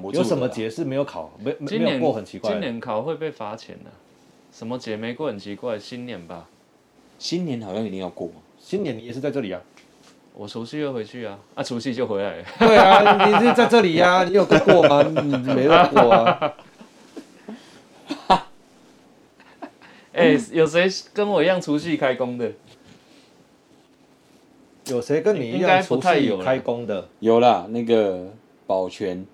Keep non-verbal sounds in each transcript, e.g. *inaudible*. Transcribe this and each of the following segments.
不住了有啦什么节是没有考没没今没年有过很奇怪今的？年考会被罚钱的、什么节没过很奇怪？新年吧，新年好像一定要过嘛。新年你也是在这里啊？我除夕又回去啊，啊，除夕就回来了。 *laughs* 对啊，你是在这里 *laughs* 呀、你有跟过吗？你没有过啊？哎、有谁跟我一样除夕开工的？有谁跟你一应该样不除太夕有了开工的？有啦，那个保全，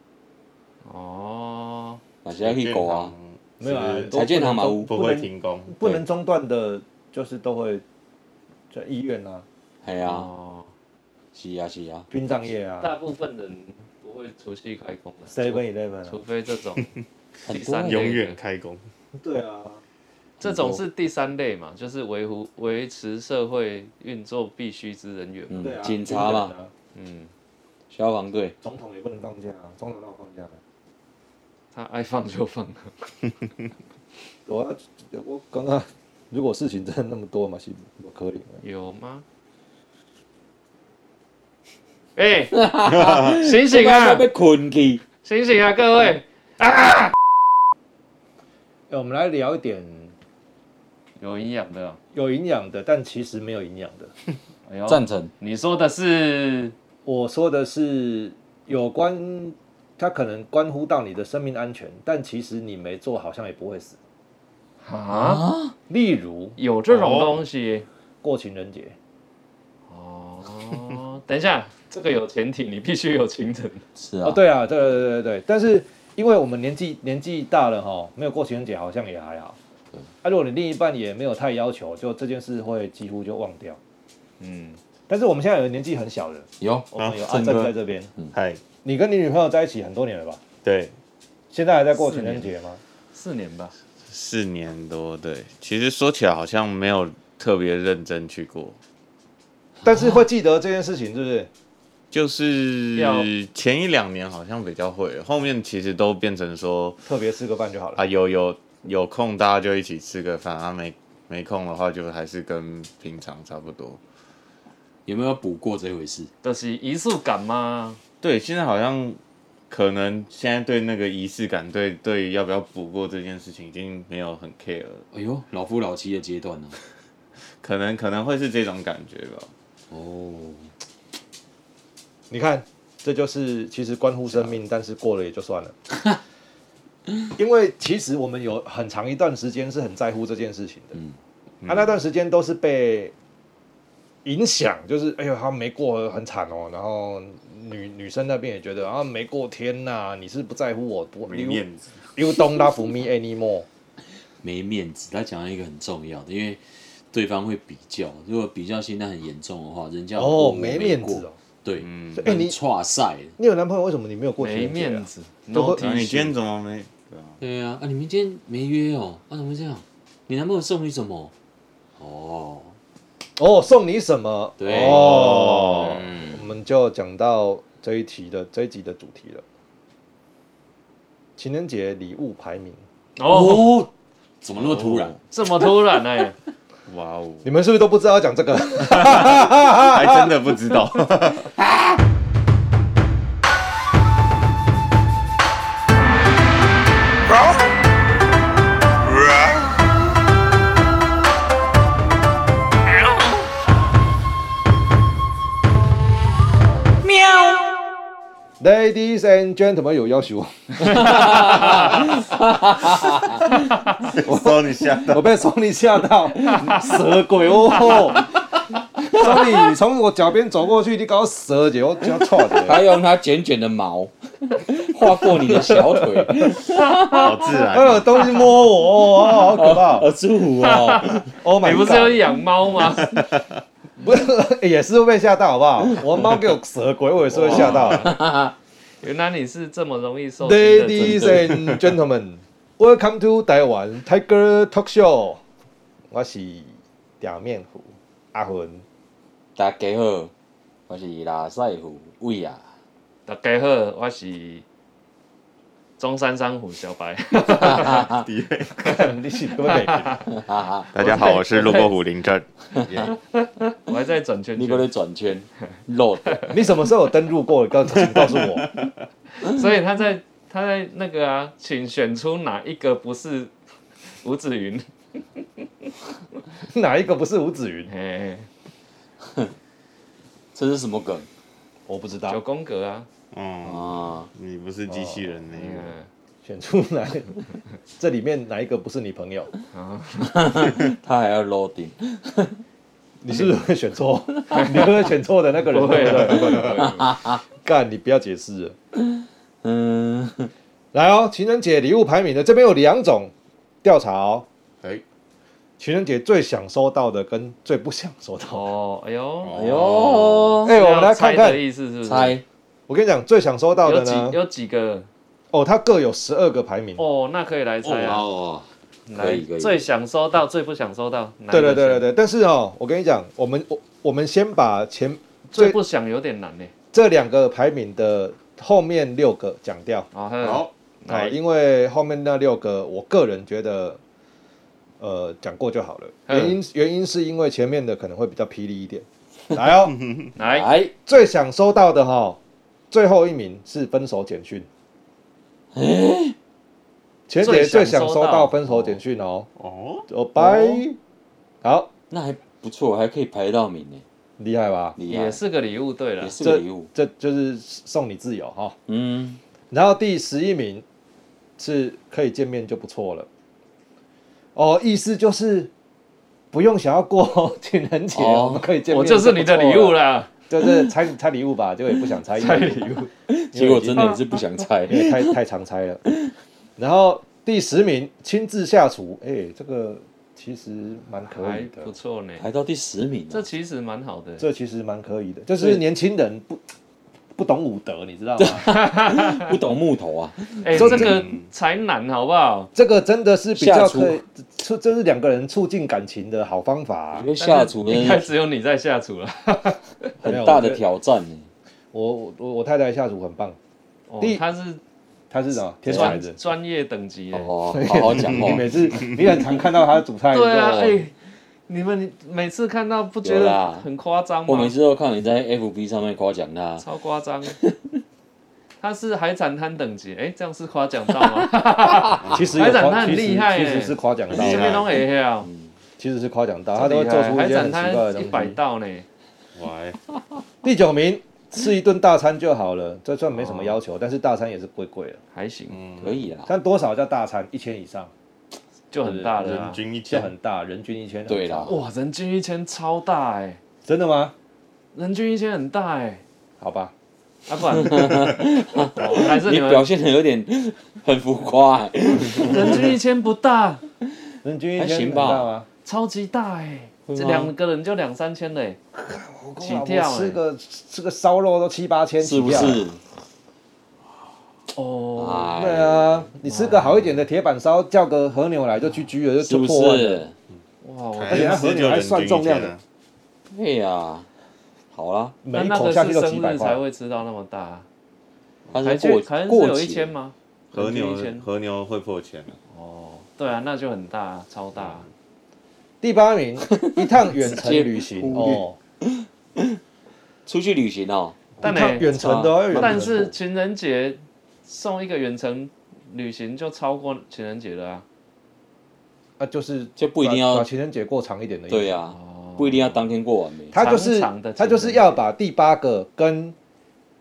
哦，马西亚可以狗啊，没有啊是财建行嘛不无不会停工，不能中断的，就是都会在医院啊、哎呀、啊，哦，是啊是啊，殡葬业啊、大部分人不会除夕开工的，除 Seven Eleven 啊除。非这种第 *laughs* 很多三类的永远开工。对啊，这种是第三类嘛，就是维护维持社会运作必须之人员嘛。嗯对啊，警察嘛军人啊，嗯，消防队，总统也不能放假啊，总统让我放假的。他爱放就放。我要我刚刚如果事情真的那么多嘛，是我可以。有 *laughs* 吗？哎、醒醒啊！被困去，醒醒啊，各位！哎、我们来聊一点有营养的哦、有营养的，但其实没有营养的。哎呦赞成，你说的是我说的是有关，它可能关乎到你的生命安全，但其实你没做，好像也不会死。啊？例如有这种东西？过情人节，哦，等一下，这个有前提，你必须有情人。是哦，啊，对啊，对对对对对，但是因为我们年纪年纪大了哈，没有过情人节好像也还好。啊，如果你另一半也没有太要求，就这件事会几乎就忘掉。嗯，但是我们现在有年纪很小的，有我们有啊阿正正哥在这边，嗨，你跟你女朋友在一起很多年了吧？对，现在还在过情人节吗？四年吧。四年多，对。其实说起来好像没有特别认真去过，但是会记得这件事情，是不是？就是要前一两年好像比较会，后面其实都变成说特别吃个饭就好了。啊，有有有空大家就一起吃个饭啊，没没空的话就还是跟平常差不多。有没有补过这回事？就是仪式感嘛，对，现在好像可能现在对那个仪式感，对对要不要补过这件事情已经没有很 care 了，哎呦，老夫老妻的阶段啊呢、可能可能会是这种感觉吧。哦，你看，这就是其实关乎生命，但是过了也就算了。因为其实我们有很长一段时间是很在乎这件事情的，啊，那段时间都是被影响，就是哎呦，他没过很惨哦，然后女女生那边也觉得啊没过天呐、你是不在乎我，不没 you 面子， you don't love me anymore，没面子。他讲了一个很重要的，因为对方会比较，如果比较心态很严重的话，人家哦，我没没面过子哦，。对，嗯，哎很你差赛。你有男朋友，为什么你没有过情没人节啊面子。都 no 会 T 啊、你今天恤，怎么没？对啊对啊，啊，你们今天没约哦，啊，怎么会这样？你男朋友送你什么？哦，哦，送你什么？对哦，嗯我们就讲到这一题的这一集的主题了。情人节礼物排名，哦，哦，怎么那么突然？这么突然哎、 *laughs* *laughs* 哇哦，你们是不是都不知道要讲这个？ *laughs* 还真的不知道。 Ladies and gentlemen，有要求， *laughs* *laughs* 我说你吓到，我被 Sony 吓到， *laughs* 蛇鬼哦！Sony 从我脚边走过去，你搞蛇姐，我 *laughs* 就要错的。还用他卷卷的毛 *laughs* 划过你的小腿，好自 *laughs* 然还有哦。哎东西摸我，哦好可怕好舒服哦。 ！Oh my *laughs* 你 god！不是要养猫吗？ *laughs* 不 *laughs* 是也是会被吓到，好不好？我猫给我蛇鬼，我也是会吓到的。原来你是这么容易受惊的 Ladies *laughs* and gentlemen, welcome to 台湾 Tiger Talk Show。我是假面虎阿魂， *laughs* 大家好，我是拉塞虎魏啊。大家好，我是中山珊瑚小白。 *laughs* 看你是根本没听 *laughs* 大家好，我是路过虎林镇。我还在转圈你过来圈，转 *laughs* 圈，漏的 *laughs* 你什么时候有登录过？告请告诉我。所以他在他在那个啊，请选出哪一个不是吴子云？哪一个不是吴子云？嘿，这是什么梗我不知九道，宫格啊，嗯，啊？你不是机器人哎那个，嗯，选出来，这里面哪一个不是你朋 *laughs* 友？他还要 loading，你是不是会选 *laughs* 错？你会不会选错的那个人？不会对了，对不会了不会了， *laughs* 干，你不要解释了。嗯，来哦，情人节礼物排名的这边有两种调查哦，哎，情人节最想收到的跟最不想收到的。哦，哎呦，哎呦，哎、我们来看猜看的，意思是不是？猜我跟你讲，最想收到有的几呢，有几个？哦，它各有十二个排名。哦，那可以来猜啊，哦，可来以可以，最想收到，最不想收到，哪对一对个对对先，对，但是哦，我跟你讲，我们我我们先把前最最不想有点难呢。这两个排名的后面六个讲掉好，好，啊，哦来因为后面那六个，我个人觉得，呃，讲过就好了。嗯原因原因是因为前面的可能会比较霹雳一点。来哦，来，哎，最想收到的哈、最后一名是分手简讯。前姐最最想想收收到到分手简讯哦，哦，哦拜，好那还不错，还可以排到名呢，厉害吧？厉害，也是个礼物，对了也，是个礼物，这就是送你自由哈、嗯，然后第十一名是可以见面就不错了。哦，意思就是不用想要过情人节，哦我们可以见面。我就是你的礼物，啦。就是拆拆礼物吧，就也不想拆拆礼物， *laughs* 结果真的也是不想猜， *laughs* 因为太太常拆了。然后第十名亲自下厨，哎、这个其实蛮可还以不的，错呢，排到第十名啊，这其实蛮好的。这其实蛮可以的，就是年轻人不不懂武德，你知道吗？ *laughs* 不懂木头 *laughs* 啊，哎，这这个嗯才难，好不好？这个真的是比较下厨可以促，这是两个人促进感情的好方法啊、因为下厨应该呢只有你在下厨啊了。很大的挑战呢，我我我我太太下厨很棒，哦第，他是她是什么天才专人？专业等级耶。哦，好好讲你话，每次你很常看到她煮菜，对你啊，知道吗哎，你们每次看到不觉有得啦很夸张我每吗？次都看你在 FB 上面夸奖他，超 *laughs* 夸张。他是海产摊等级，哎，这样是夸奖 *laughs* 到吗？其实有台长夸她很其实厉害其欸实是夸奖到厉这害的，边都会黑啊，其实是夸奖到，好她嗯都会厉做害出一海些产很奇怪的摊一百东西。道呢。喂，第九名吃一顿大餐就好了，这算没哦什么要求，但是大餐也是贵贵的，还行，可以啊 *laughs* 啦，但多少叫大餐？一千以上就很大的、人啊。均一就千，很大，人均一千。对啦哇，人均一千超大哎、真的吗？人均一千很大哎、好吧，啊 *laughs* 不然，哦还是你你表们现的有点 *laughs* 很浮夸欸，人均一千不大，人均一还千行吧很大吗？超级大哎、会吗这两个人就两三千嘞、我跟起我老婆跳欸吃个吃个烧肉都七八千，是不起跳欸是？哦，哎对，啊，你吃个好一点的铁板烧，叫个和牛来就去居了，就是就不破万了。是？哇，我台的人家湾和十你九还人算均重一量千的啊，对呀，好啦，每一那口个下去是都几生百日才块。会吃到那么大、啊，他台是剧过台剧过有一千千，吗？和人均一牛千和牛会破千啊哦，对啊，那就很大、啊，超大、啊。第八名，一趟远程 *laughs* 直旅接行忽略哦，出去旅行哦，但一趟呢、远程的哦，要远程但是情人节送一个远程旅行就超过情人节了啊。啊，就是就不一定要把把情人节过长一点的。对，呀，哦，不一定要当天过完没，他就是长长的情人节他就是要把第八个跟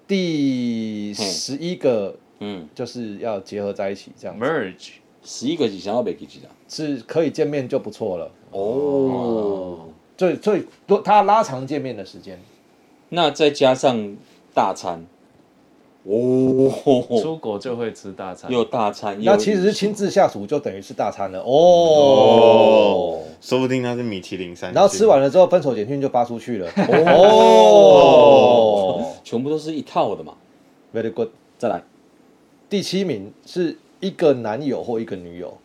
第十一个嗯，就是要结合在一起，这样 merge。十一个几想要北极几啦，是可以见面就不错了。哦，最最多他拉长见面的时间，那再加上大餐，哦，出国就会吃大餐。哦又大餐，又那其实是亲自下厨就等于是大餐了哦哦。说不定他是米其林三星，然后吃完了之后，分手简讯就发出去 *laughs* 了。哦 *laughs* 全部都是一套的嘛， ，very good。再来，第七名是一个男友或一个女友，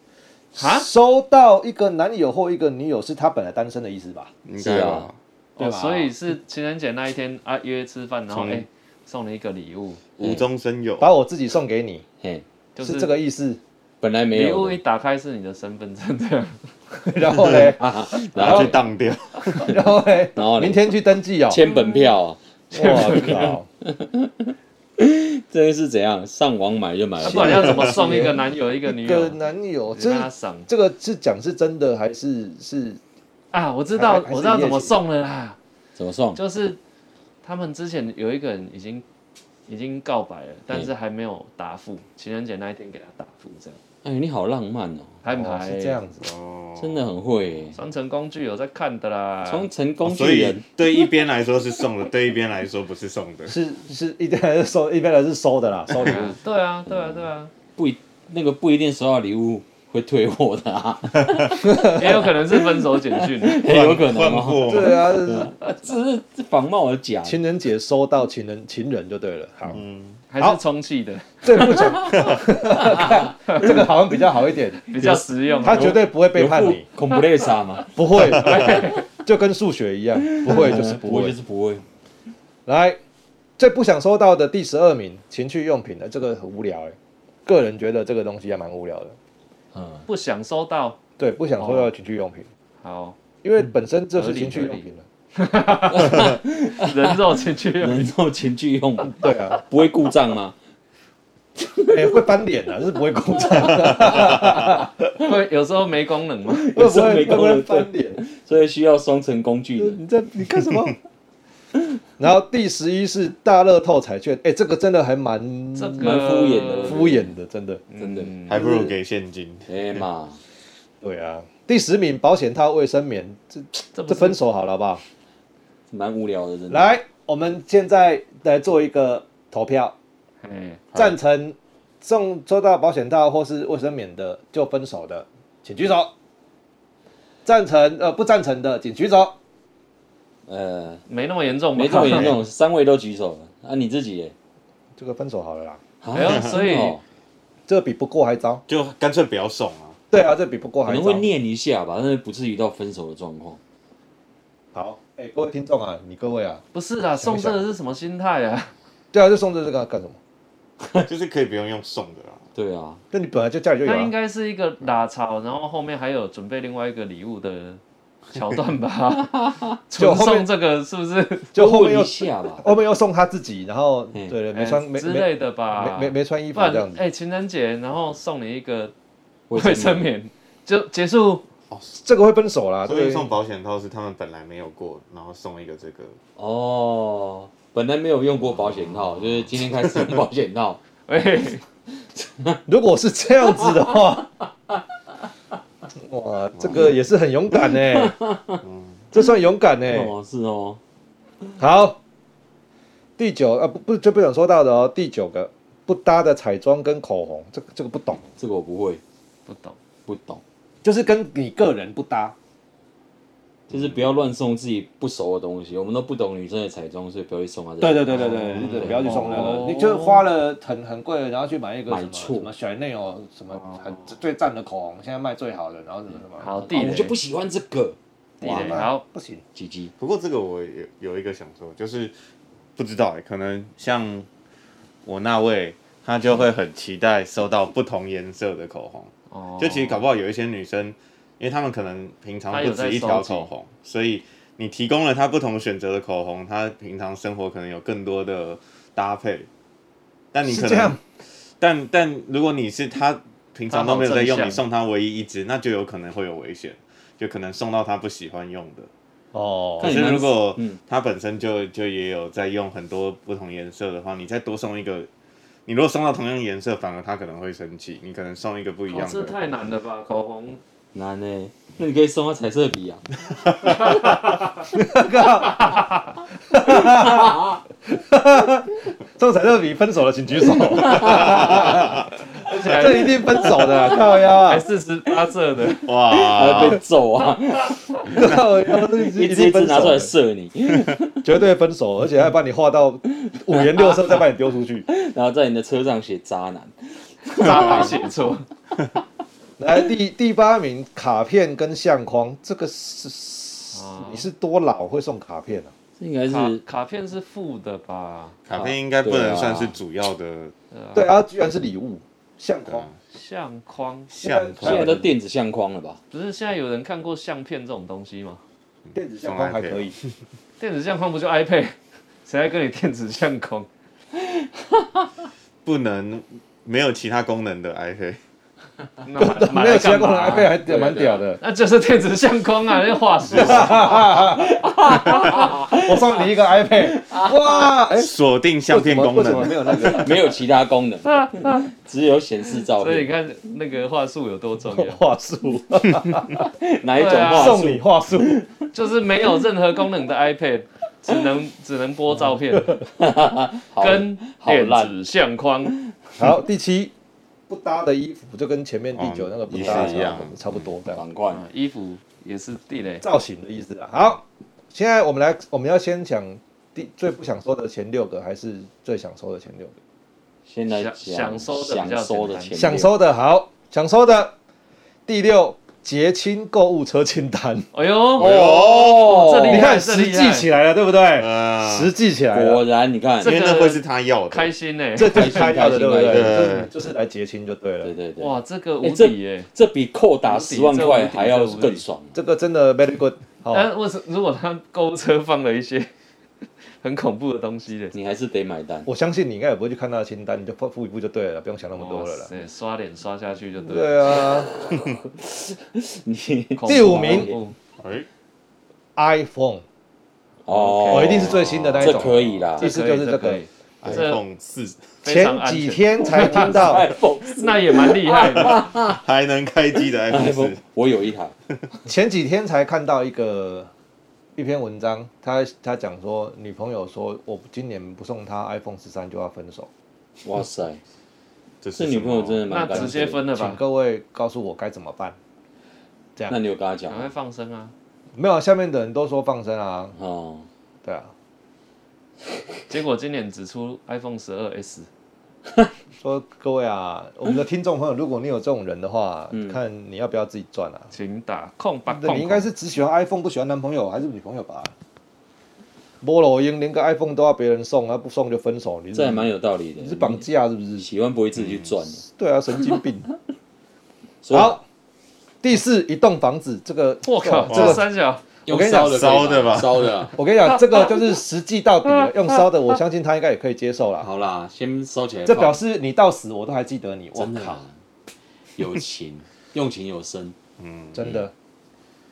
哈收到一个男友或一个女友是他本来单身的意思吧？应是该啊吧，对哦，吧所以是情人节那一天啊，约吃饭，然后哎、从送你一个礼物，无中生有，把我自己送给你，嘿，就是这个意思。本来没礼有物的一打开是你的身份证这样。 *laughs* 然后嘞，然后去当掉，然后嘞，然后嘞明天去登记哦。签本票啊，我靠！这个是怎样？上网买就买那了不然要怎么送一个男友一个一女友个？男友，你让这他赏这个是讲是真的还是是啊！我知还道，还是我知道怎么送了啦。怎么送？就是他们之前有一个人已经已经告白了，但是还没有答复，情人节那一天给他答复，这样哎，你好浪漫哦，安哦排是这。样子？哦，真的很会耶。双层工具有在看的啦，从成功啊所巨以人，对一边来说是送的，对一边来说不是送的。是是一边来是收，一边来是收的啦，收礼物啊。 *laughs* 对啊，对啊，对啊，不一那个不一定收到礼物会退货的啊，也有可能是分手简讯。 *laughs* 也有可能换哦。货嘛，对啊，就是只是仿冒而假的。情人节收到情人情人就对了。好，还是充气的这个不 *laughs* 讲，看这个好像比较好一点，比较实用。他绝对不会背叛你，恐怖类杀 *laughs* 吗？不会，就跟数学一样，不会就是不不会会就。是不会。来，最不想收到的第十二名，情趣用品的这个很无聊哎、个人觉得这个东西还蛮无聊的。嗯， *laughs* 不想收到。对，不想哦收到情趣用品，好，因为本身嗯就是情趣用品啊了。人肉情趣 *laughs* 用人肉情趣用品对啊，不会故障吗？哎、会翻脸的、啊，是不会 *laughs* 故障，会有时候没功能吗？会不是会没会不功会能翻脸？所以需要双层工具人。你在你干什么？ *laughs* 然后第十一是大乐透彩券，哎、这个真的还蛮这个蛮敷衍的敷衍的，真的。真的嗯还不如给现金。哎嘛，对啊，第十名保险套、卫生棉，这这不这是分手好了，好不好？蛮无聊的，真的。来，我们现在来做一个投票，哎，赞成送收到保险套或是卫生棉的就分手的，请举手。赞成呃不赞成的请举手。呃，没那么严重吧，没这么严重，三位都举手了。啊，你自己耶？这个分手好了啦，啊哎呦所以真的哦这比不过还糟。就干脆不要送啊！ *laughs* 对啊，这比不过可还能糟会。念一下吧，但是不至于到分手的状况。好，哎、各位听众啊，你各位啊，不是啦，送这个是什么心态啊？对啊，就送这这个干什么？就是可以不用用送的啦。对啊，那你本来就家里就有、它应啊，该是一个打草，然后后面还有准备另外一个礼物的桥段吧？就纯后面送这个是不是就后面问又一下 *laughs* 吧。后面又送他自己，然后嗯对对，没穿没之没类的吧？没没穿衣服不这然样子，哎，情人节然后送你一个卫卫生生棉棉，就结束。这个会分手啦。所以啊对，送保险套是他们本来没有过，然后送一个这个。哦，本来没有用过保险套，就是今天开始用保险 *laughs* 套。哎，如果是这样子的话， *laughs* 哇，这个也是很勇敢呢、这算勇敢呢、哦，是哦，好，第九啊，不不就不想说到的哦，第九个不搭的彩妆跟口红，这个这个不懂，这个我不会，不懂，不懂，就是跟你个人不搭。就是不要乱送自己不熟的东西。我们都不懂女生的彩妆，所以不要去送她。对对对对对，对哦不要去送那个哦，你就花了很很贵，然后去买一个买什么错什么小内哦，什么很最赞的口红，现在卖最好的，然后什么什么，好地哦我雷就不喜欢这个。地哇雷，好，不行，鸡鸡，不过这个我有有一个想说，就是不知道哎、可能像我那位，他就会很期待收到不同颜色的口红。哦就其实搞不好有一些女生，因为她们可能平常她不有在止一收条集口红，所以你提供了她不同选择的口红，她平常生活可能有更多的搭配。但你是可这样能，但但如果你是她平常都没有在她好正用，向你送她唯一一支，那就有可能会有危险，就可能送到她不喜欢用的。哦那可你是们如果嗯她本身就就也有在用很多不同颜色的话，你再多送一个，你如果送到同样颜色，反而她可能会生气。你可能送一个不一样哦的，这太难了吧？口红难呢。那你可以送她彩色笔啊。送彩色笔分手了，请举手，而且 *laughs* 这一还定分手的啦，靠腰还啊，四十八色的，还哇会，被揍啊！靠腰，这一一支一定支分手拿出来的，射你，绝对分手，而且还把你画到五颜六色，再把你丢出去。然后在你的车上写渣男。渣男写错，来第第八名，卡片跟相框，这个是是哦你是多老会送卡片啊？这应该卡是卡片是负的吧？卡片应该不对啊能算是主要的啊对啊，居然是礼物相框，相框相现在框都，电子相框了吧？不是现在有人看过相片这种东西吗？电子相框还可以。 *laughs* *laughs* 电子相框不就 iPad？谁还跟你电子相框？不能没有其他功能的 iPad。 *laughs* 那买买没有来其他干功能嘛 iPad 还屌蛮屌的。那就是电子相框啊，那化石。 *laughs* 我送你一个 iPad，哇，哎，锁定相为什片么功为什么没能，有那 *laughs* 个？没有其他功能，只有显示照所以你片。看那个话术有多重 *laughs* 要，话术，哪一种对啊话 *laughs* 送术？你话术，就是没有任何功能的 iPad，只能只能播照片 *laughs* 好跟好电烂子相框。好，第七，不搭的衣服就跟前面第九那个不搭哦也是一样差不多这样。皇冠，衣服也是地雷，造型的意思啊。好，现在我们来，我们要先讲第最不想说的前六个，还是最想说的前六个？先来想讲想收的比想较收的简单前想六说的好，想说的第六，结清购物车清单。哎呦，哦，这厉你害看这厉实害际起来了，对不 *laughs* 对？呃，实际起来果了，然你看这，因为那会是他要的开。心呢！这就是开票的，对不对？开心开就心是就是来结清就对对了。对对，哇，这个哎无这敌耶！这比扣打十万块还要更爽。这个真的 very good。好，哦但我是如果他购物车放了一些 *laughs* 很恐怖的东西的，你还是得买单。我相信你应该也不会去看他的清单，你就付付一付就对了，不用想那么多了哇啦。塞刷脸刷下去就对了。对啊你恐怖第五名恐怖哎， ，iPhone，哦，我一定是最新的那一这种。可以啦意。思就是这这可个以。这 iPhone 四 *laughs* 非常前安几全，天才听到， iPhone 那也蛮厉害的。还能开机的哎 iPhone iPhone 四，我有一台， *laughs* 前几天才看到一个一篇文章，他他讲说女朋友说我今年不送她 iPhone 十三就要分手， *laughs* 哇 *laughs* 塞，这这是女朋友真的的那蛮感直接谢的。分了请吧，各位告诉我该怎么办。这那样你有跟她讲赶快放生啊！没有，下面的人都说放生啊，哦？对啊，结果今年只出 iPhone 十二 S，说各位啊，我们的听众朋友，如果你有这种人的话，嗯看你要不要自己赚啊。请打空吧那空。你应该是只喜欢 iPhone 不喜欢男朋友还是女朋友吧？菠萝英连个 iPhone 都要别人送，他不送就分手，你是这还蛮有道理的。你是绑架是不嗯是？喜欢不会自己去赚的。对啊，神经 *laughs* 病。所以好，第四一栋房子，这个我靠，这这个三小用我跟你讲烧的可以 *laughs* 烧的吧烧的啊。我跟你讲，这个就是实际到底了。用烧的，我相信他应该也可以接受 *laughs* *laughs* 啦。好啦，先收起来这放。表示你到死我都还记得你，我真的靠，啊有 *laughs* 情，用情有深，嗯真的。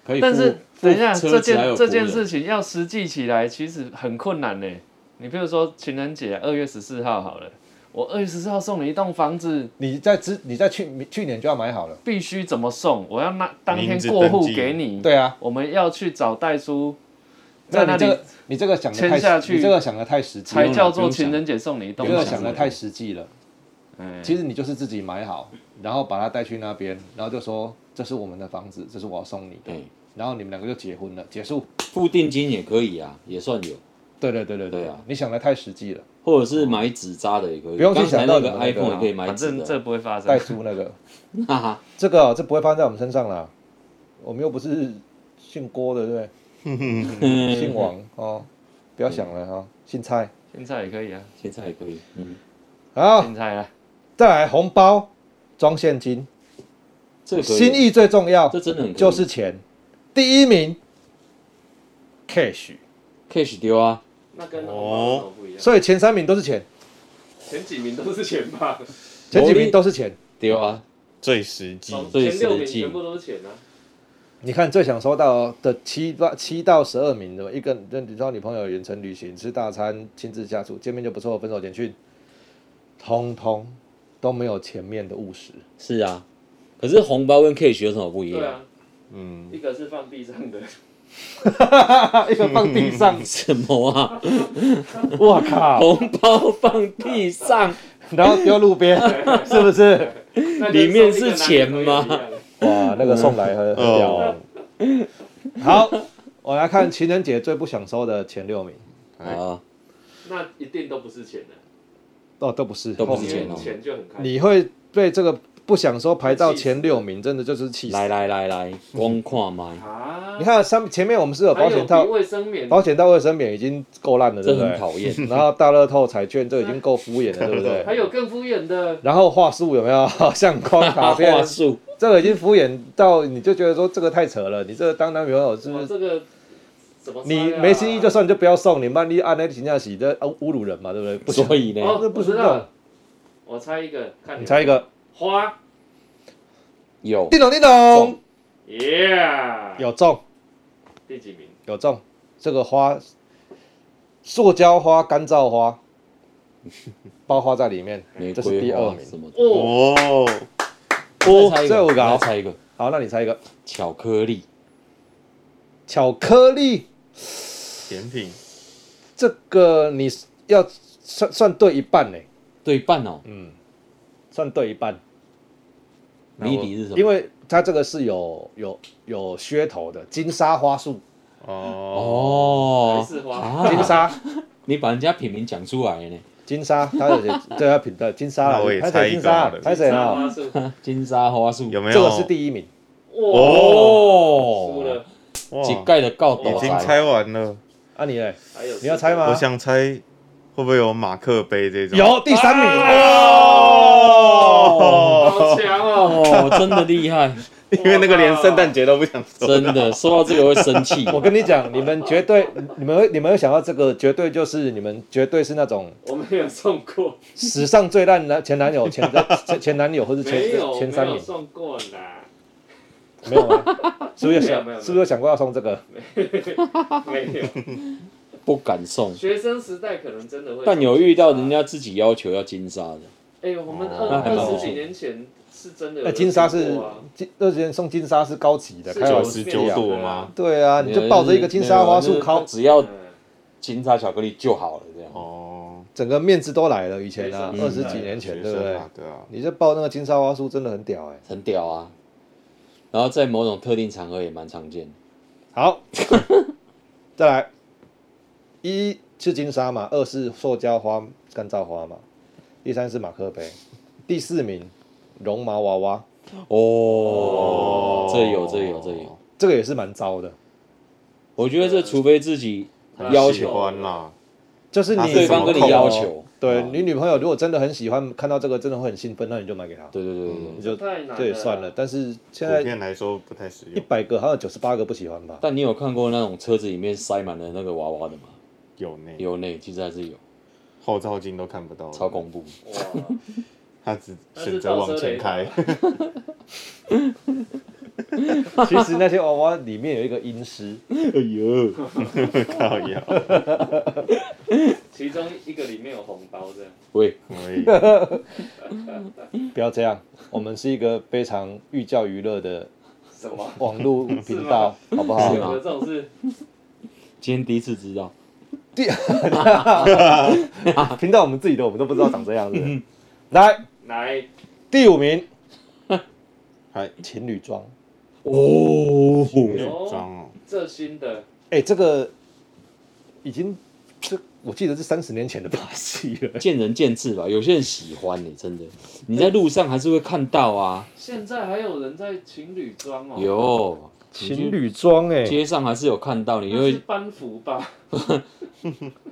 可以付。但是付等一下，车这子还有件仆这件人事情要实际起来，其实很困难呢。你比如说情人节二月十四号好了，我二月十四号送你一栋房子，你在之你在去去年就要买好了，必须怎么送？我要那当天名字过户登记给你。，对啊。我们要去找代书，那嗯在你那这里个你这个想的签下太去你这个想的太实际才了，叫做情人节送你一栋你不这用了个想的太实际了。嗯其实你就是自己买好，然后把它带去那边，然后就说这是我们的房子，这是我要送你的，对，然后你们两个就结婚了，结束。哎付定金也可以啊，也算有，对对对对对啊你想的太实际了。或者是买纸扎的也可以。不用去刚才想到个你们那个啊 iPhone 也可以买反纸正的这，不会发代生。书 *laughs* 那个，哈哈，这个哦、这不会发生在我们身上啦，我们又不是姓郭的，对不嗯对？姓王哦，不要想了哈、哦，姓蔡。现在也可以啊， *laughs* 现在也可以。嗯，好，现在啊，再来红包装现金，这个可以心，意最重要这，真的很可以就是钱。第一名，cash， cash 丢啊，那跟红包有什么不一样，所以前三名都是钱，前几名都是钱吧？前几魔名力都是钱。丢啊，最实际，哦所以前六名全部都是钱啊。你看最想收到的七到七到十二名的，一个跟你说女朋友远程旅行、吃大餐、亲自下厨、见面就不错、分手简讯，通通都没有前面的务实。是啊。可是红包跟 cash 有什么不一样？，嗯，啊一个是放地上的，一个放地上，什么啊？ *laughs* 我靠，红包放地上，然后丢路边，是不是？里面是钱吗？哇，那个送来很很屌哦。好，我来看情人节最不想收的前六名，哎啊，那一定都不是钱的，哦，都不是，都不是后面钱哦钱就很开你会被这个不想收排到前六名，真的就是气死。来来来来，光看麦，啊你看上前面我们是有保险套，卫生棉保险到卫生棉已经够烂了，对这不对很？讨厌。 *laughs* 然后大乐透彩券这已经够敷衍了，对 *laughs* 不对？有更敷衍的，然后话术有没 *laughs* 有相框卡大片 *laughs* 话？术，这个已经敷衍到你就觉得说这个太扯了，你这个当男朋友是不是？哦个怎么啊你啊没心意就算，你就不要送。你曼丽按那评价洗的呃侮辱人嘛，对不对？不行，所以呢，哦，这不不知知道道。我猜一个，看你猜一个，花有叮咚叮咚中， ，Yeah，有中第几名？有中，这个花，塑胶花、干燥花， *laughs* 包花在里面，玫这是瑰第二花名什么的？哦，哦，哦再猜一这个，我搞再猜一个，好，那你猜一个，巧克力，巧克力，甜品这个你要算算对一半呢，对半哦。嗯，算对一半，那我谜底是什么？因为它这个是有有有噱头的，金沙花束，哦哦，还是，花金啊，沙。你把人家品名讲出来呢？金沙，它 *laughs* 有些这要品的金沙那我也啦，猜一金个沙好了，拍谁啊？金沙金沙花束有没有？这个是第一名，花束，哇，输哦了，，哇乞丐的告斗已经猜完了，啊你嘞？还有你要猜吗我想猜会不会有马克杯这种？有第三名，啊哦，好强哦！哦，真的厉害， *laughs* 因为那个连圣诞节都不想收到真的，说到这个会生 *laughs* 气。我跟你讲，你们绝对，你们会你们会想到这个，绝对就是你们绝对是那种我没有送过，史上最烂男前男友前前前男友或是没前有，前没三有名，送过啦， *laughs* 没有吗？是不是有想没有没有没有是不是有想过要送这个？没有。不敢送，学生时代可能真的会，但有遇到人。家自己要求要金沙的，哎，我们哦二那还蛮二十几年前是真的那有人哎金沙听是过啊金，那人送金沙是高级的，是开玩十笑九朵吗？对啊，你就抱着一个金沙花束烤，烤，只要嗯金沙巧克力就好了，这样。哦，整个面子都来了。以前啊，学生二十几年前，学对不生对啊？对啊，你这抱那个金沙花束真的很屌哎、很屌啊。然后在某种特定场合也蛮常见的。好，再来，一是金沙嘛，二是塑胶花、干燥花嘛，第三是马克杯，第四名绒毛娃娃，哦，这有这有这有，这个也是蛮糟的，我觉得这除非自己很要喜哦求欢啦，就是啊你对方跟你要求，对哦你女朋友如果真的很喜欢，看到这个真的会很兴奋，那你就买给她，对对对对对。你就太难了这也算了。但是现普在遍来说不太实一用。百个还有九十八个不喜欢吧？但你有看过那种车子里面塞满了那个娃娃的吗？有呢，有呢，其实还是有，后照镜都看不到，超。恐怖。哇，他只选择往前开，其实那些娃娃里面有一个阴湿， *laughs* 哎呦，靠腰，其中一个里面有红包这样，喂，可以，不要这样，我们是一个非常寓教于乐的什么？网络频道，好不好是？吗有这种事？今天第一次知道，第频道我们自己的，我们都不知道长这样嗯子。来，来，第五名还情侣装，哦，装哦，这新的哎、这个已经这我记得是三十年前的把戏 *laughs* 了。见仁见智吧。有些人喜欢你，真的，你在路上还是会看到啊。现在还有人在情侣装哦，有情侣装哎、你去街上还是有看到，你因为会是班服吧？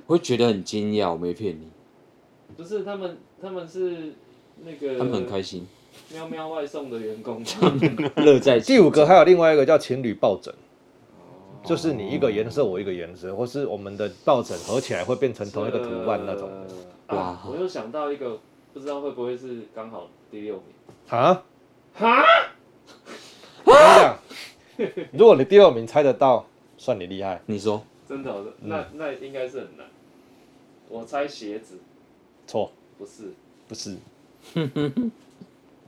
会觉得很惊讶，我没骗你，不是，他们他们是那个他们很开心，喵喵外送的员工，乐在第五个还有另外一个叫情侣抱枕，哦就是你一个颜色我一个颜色，或是我们的抱枕合起来会变成同一个图案那种的呃。哇啊我又想到一个，不知道会不会是刚好第六名。啊。哈，我跟你讲，如果你第二名猜得到，算你厉害，你说真的哦、嗯那那应该是很难。我猜鞋子错。不是，不 *laughs* 是，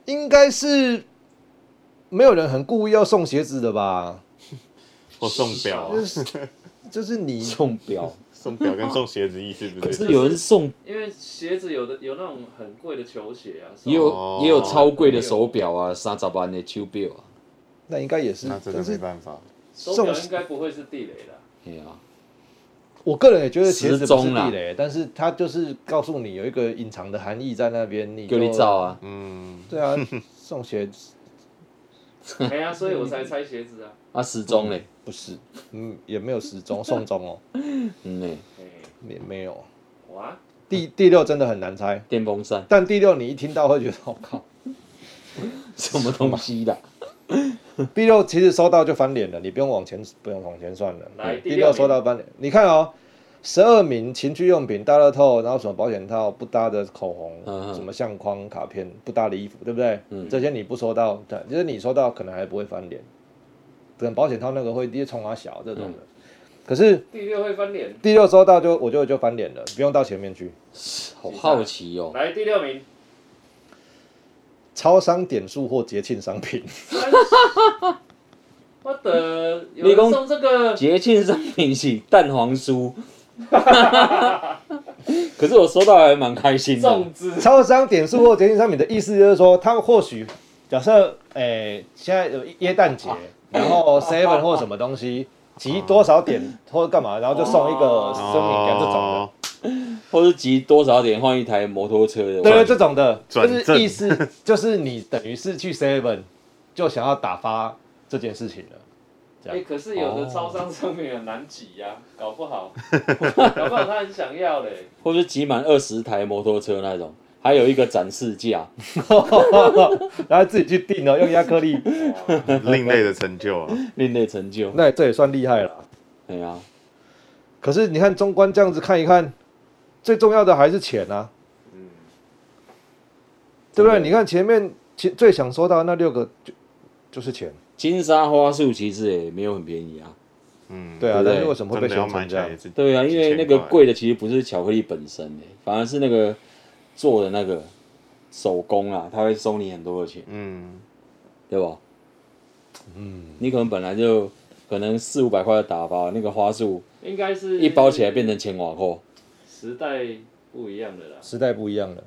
应该是没有人很故意要送鞋子的吧？或送表啊就，是就是你 *laughs* 送表，送表跟送鞋子意思不可是是有人送，因为鞋子有的有那种很贵的球鞋啊，也有、哦也有超贵的手表啊，三十万的手表啊，那应该也是那，但真的没是办法，手手表送应该不会是地雷的。哎呀、啊，我个人也觉得鞋子时不是钟啦地雷，但是它就是告诉你有一个隐藏的含义在那边，你给就你照啊，嗯，对啊，送鞋子哎呀，所以我才猜鞋子啊。啊时钟嘞，不是，嗯，也没有时钟送钟哦，嗯嘞、哎，也没有。哇，第第六真的很难猜，电风扇哦但第六你一听到会觉得我、靠，什么东西啦？第六其实收到就翻脸了，你不用往前，不用往前算了。来嗯第第六六名收到翻脸，你看哦，十二名情趣用品、大乐透，然后什么保险套、不搭的口红、嗯嗯什么相框、卡片、不搭的衣服，对不对？这些你不收到，对，就是你收到可能还不会翻脸，可能保险套那个会直接冲啊小这种的。嗯可是第六会翻脸，第六收到就我就就翻脸了，不用到前面去。 *laughs* 好好奇哦，来第 *laughs* 六名，超商点数或节庆商品，我的有你人讲送这个，节庆商品是蛋黄酥， *laughs* 可是我收到还蛮开心的粽。子，超商点数或节庆商品的意思就是说，他或许假设，诶、现在有耶诞啊节，然后 seven 或什么东西集多少点或干嘛，然后就送一个生命感这种的，哦，或是集多少点换一台摩托车的，对对，这种的，就转是正意思就是你等于是去 seven 就想要打发这件事情了。哎、可是有哦的超商商品很难挤呀、 *laughs* 搞不好，搞不好他很想要嘞。或是集满二十台摩托车那种，还有一个展示架， *laughs* 然后自己去定哦，用亚克力，哇另类的成就啊！另类成就。那这也算厉害了。对啊，可是你看中观这样子看一看，最重要的还是钱啊，嗯，对不对？你看前面其最想收到的那六个就就是钱，金沙花束其实也没有很便宜啊。嗯，对啊，对不对但是为什么会被真的要选买成起这来样也？是，对啊，因为那几千个块贵的其实不是巧克力本身、欸、反而是那个做的那个手工啊，他会收你很多的钱，嗯，对吧？嗯，你可能本来就可能四五百块的打包，那个花束应该是一包起来变成千瓦扣，时代不一样的啦。时代不一样了。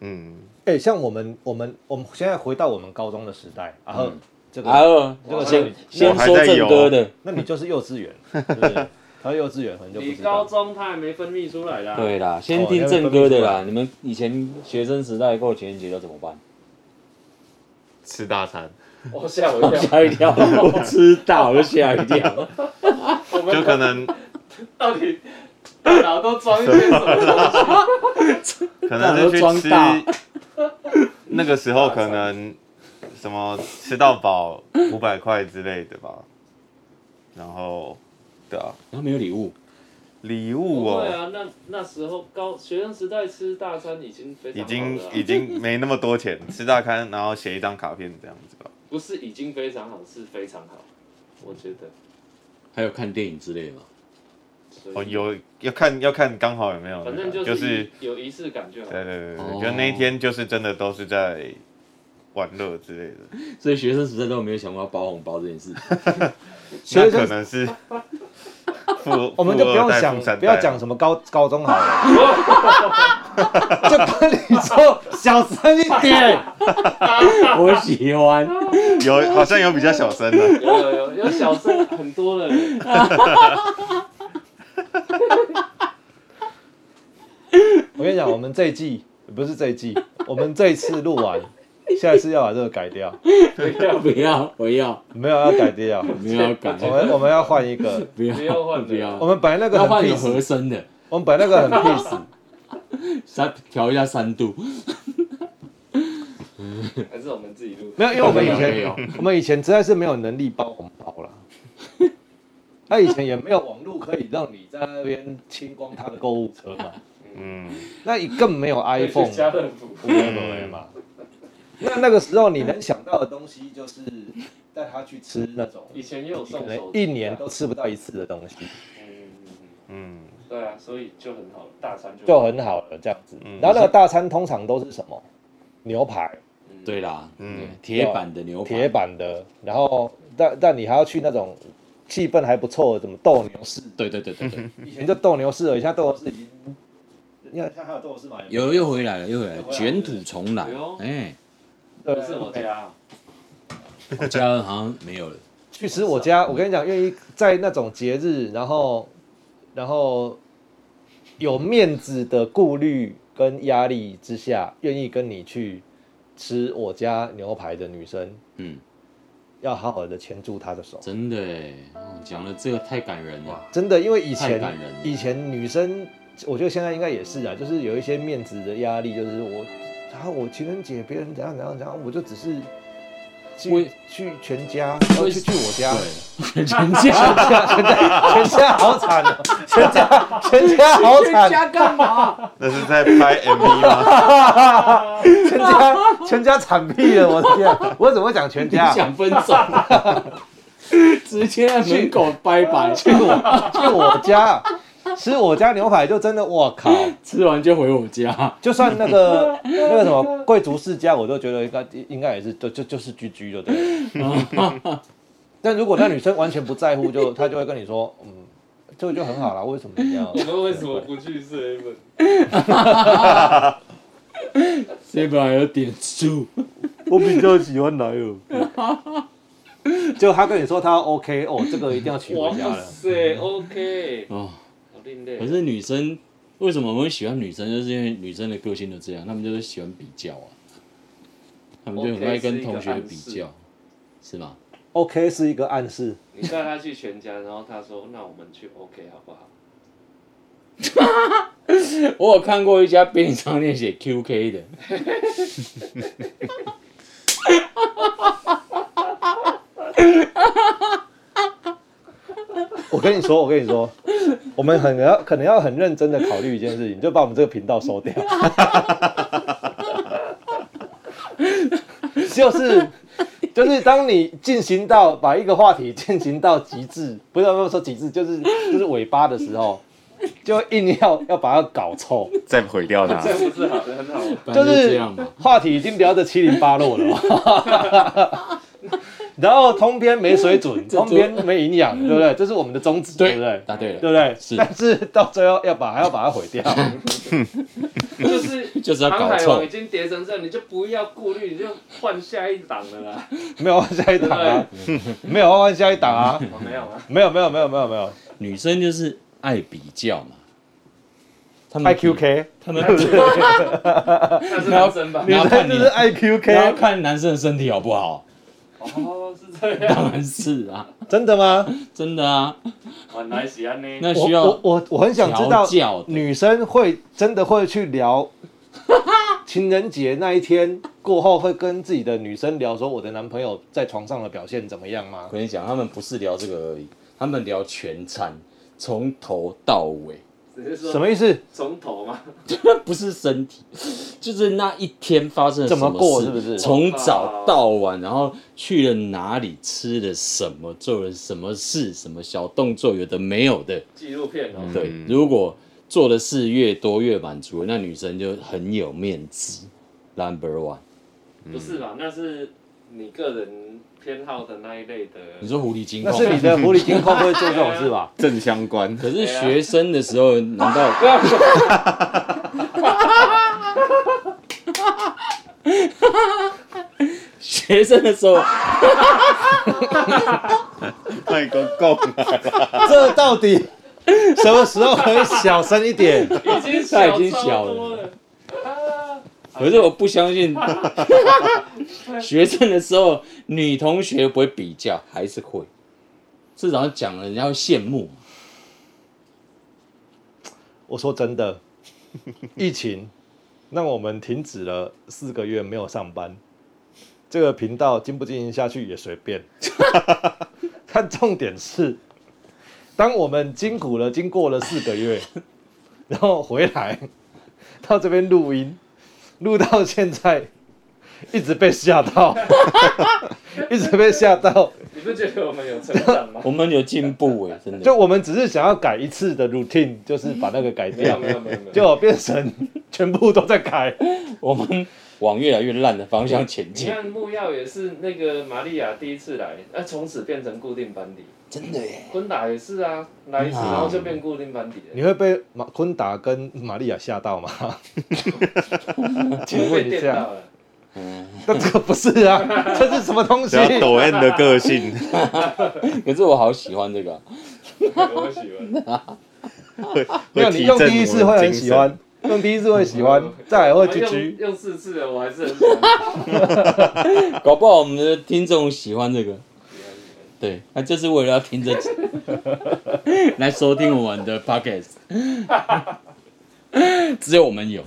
嗯，哎、像我们我们我们现在回到我们高中的时代，然嗯后、这个，啊哦这个先我先还说在正有哥的，那你就是幼稚园，对不 *laughs* 对？他幼稚园可能就不你知道。高中他还没分泌出来啦。对啦，先哦听要正分哥不的出啦。来你们以前学生时代过情人节都怎么办？吃大餐，我吓我哦一跳，吓一跳，我知道，我就吓一跳。我 *laughs* 就们 *laughs* 可能到底大脑都装一些 *laughs* 什么？可能就去吃大家都， *laughs* 那个时候可能什么吃到饱五百块之类的吧，然后对啊， *laughs* 然后没有礼物，礼不物会哦，啊，那那时候高学生时代吃大餐已经非常已好了啊经啦已经没那么 *laughs* 多钱，吃大餐然后写一张卡片这样子吧，不是已经非常好，是非常好，我觉得。还有看电影之类的嘛。所以哦有要看要看刚好有没有那反个，正就是就是有仪式感就好。对对对哦对，就那一天就是真的都是在玩乐之类的，所以学生时代都没有想过要包红包这件事情。学生那可能 *laughs* 是富，我们就富不二用代啊想富三，不要代讲什么高高中好了， *laughs* 就跟你说小声一点。我喜欢，有好像有比较小声的。有有有有小声很多了嘞，我跟你讲，我们这一季不是这一季，我们这一次录完，下一次要把这个改掉，不要，不要，没有要改掉，没有要改，我们我们要换一个，不要，不要换不我要，们本来那个要很换有 peace，和声的，我们本来那个 *laughs* 很 peace，三调一下三度。 *laughs* 还是我们自己录。没有，因为我们以没有前我们以前实在是没有能力包红包了。他以前也没有网络可以让你在那边清光他的购物车嘛，嗯，那你更没有 iPhone，回去家乐福。对嘛？嗯那那个时候你能想到的东西就是带他去吃那种以前也有可送能手一年啊都吃不到一次的东西，嗯，嗯，对啊，所以就很好，大餐就就很好了这样子。嗯然后那个大餐通常都是什么牛排、对啦，嗯对铁板的牛铁排，板的，然后但但你还要去那种气氛还不错的，什么斗牛士，对对对对 *laughs* 对，以前就斗牛士而已，现在斗牛士已经，你看现在还有斗牛士吗？有又回来了，又回来又了，回来了卷土重来哎呦。哎，对不是我家啊，我家好像没有了，去吃我家，我跟你讲，愿意在那种节日，然后然后有面子的顾虑跟压力之下，愿意跟你去吃我家牛排的女生，嗯，要好好的牵住她的手。真的哎，哦讲了这个太感人了。真的，因为以太前感人了以前女生，我觉得现在应该也是啊，就是有一些面啊子的压力，就是我，然、后我情人节别人怎样怎样怎样，我就只是我去去全家，呃去去我家，对，全家全家好 *laughs* 惨哦，全家全家好全惨，啊家干嘛？那是在 *laughs* 拍 MV 吗？全家全家惨屁了，我的天，啊我怎么会讲全你家？想分手？ *laughs* 直接在门口拜拜，去我去我家吃我家牛排，就真的我靠，吃完就回我家。就算那个那个什么贵族世家，我都觉得应该应该也是就就就是居居就对了。但如果那女生完全不在乎，就她就会跟你说，嗯，这个就很好啦，为什么 *laughs* 你要？们为什么不 *laughs* 去 seven？这边还有点数，我比较喜欢奶油。就她跟你说她 OK 哦，这个一定要娶回家哇了。塞，OK，哦。好另类可。是女生为什么我会喜欢女生，就是因为女生的个性都这样，她们就是喜欢比较啊，她们就很爱跟同学比 OK，是一个较，是吗？ OK 是一个暗示，你带他去全家，然后他说：“那我们去 OK 好不好我有看过一家便利商店写 QK 的，我跟你说，我跟你说，我们很要可能要很认真的考虑一件事情，就把我们这个频道收掉。 *laughs* 就是就是，当你进行到把一个话题进行到极致，不是不是说极致，就是就是尾巴的时候，就硬要要把它搞臭，再毁掉啊它？” *laughs* 这样不是好的很好吗？反就正就是这样嘛。话题已经聊得七零八落了嘛。 *laughs* 然后通篇没水准，通篇没营养，对不对？这是我们的宗旨，对对不对？答对了，对不对？是但是到最后要把还要把它毁 *laughs* 掉，就是就是要搞航海臭王已经叠成这样，你就不要顾虑，你就换下一档了啦。没有换下一档啊，没有换换下一档啊，我没有啊，没有没有没有没有没有，女生就是爱比较嘛。他们爱 QK，他们 *laughs* 那是男生吧你？女要看你生就是爱要 QK，看男生的身体好不好，哦，是这样。当然是啊，真的吗？真的啊，原来是哦安尼。那我需我要我我很想知调道教的女生会真的会去聊 *laughs* 情人节那一天过后会跟自己的女生聊说我的男朋友在床上的表现怎么样吗我？跟你讲，他们不是聊这个而已，他们聊全餐，从头到尾，只是说什么意思？从头嘛，不是身体，就是那一天发生了怎什么事过是不是从早到晚，然后去了哪里，吃了什么，做了什么事，什么小动作，有的没有的。纪录片嗯哦。对，如果做的事越多越满足，那女生就很有面子。Number one，不是吧？那是你个人偏好的那一类的。你说狐狸精哦那控，是你的狐狸精控会做这种事吧？正相关。可是学生的时候，难道啊不要说， *laughs* 学生的时候？卖公公啊！这到底 *laughs* 什么时候可以小声一点？已经他已小经小超了多了。啊可是我不相 *laughs* 信，学生的时候女同学不会比较，还是会，至少讲了人家会羡慕。我说真的，疫情让我们停止了四个月没有上班，这个频道经不经营下去也随便。 *laughs* 但重点是，当我们辛苦了，经过了四个月，然后回来到这边录音，录到现在，一直被吓到， *laughs* 一直被吓到。你不觉得我们有成 *laughs* 长吗？我们有进步哎，真的。就我们只是想要改一次的 routine，就是把那个改没有掉，没有没有没有。结果变成全部都在改。我们往越来越烂的方向前你进，看木曜也是那个玛利亚第一次来，那、从此变成固定班底。真的耶。昆达也是啊，来一次嗯啊然后就变固定班底了。 *laughs* 你会被马昆达跟玛利亚吓到吗？ *laughs* 请 *laughs* 我问被一电到下，了， *laughs* 那这个不是啊， *laughs* 这是什么东西只？要抖 M 的个性，可是我好喜欢这个啊，我喜欢。会没有，啊会你提用振第一次会我的很精喜神欢，用第一次会喜欢，再来会去用狙。用四次了，我还是很喜欢。搞不好我们的听众喜欢这个。对，那就是为了要听这集来收听我们的 *laughs* podcast，只有我们有。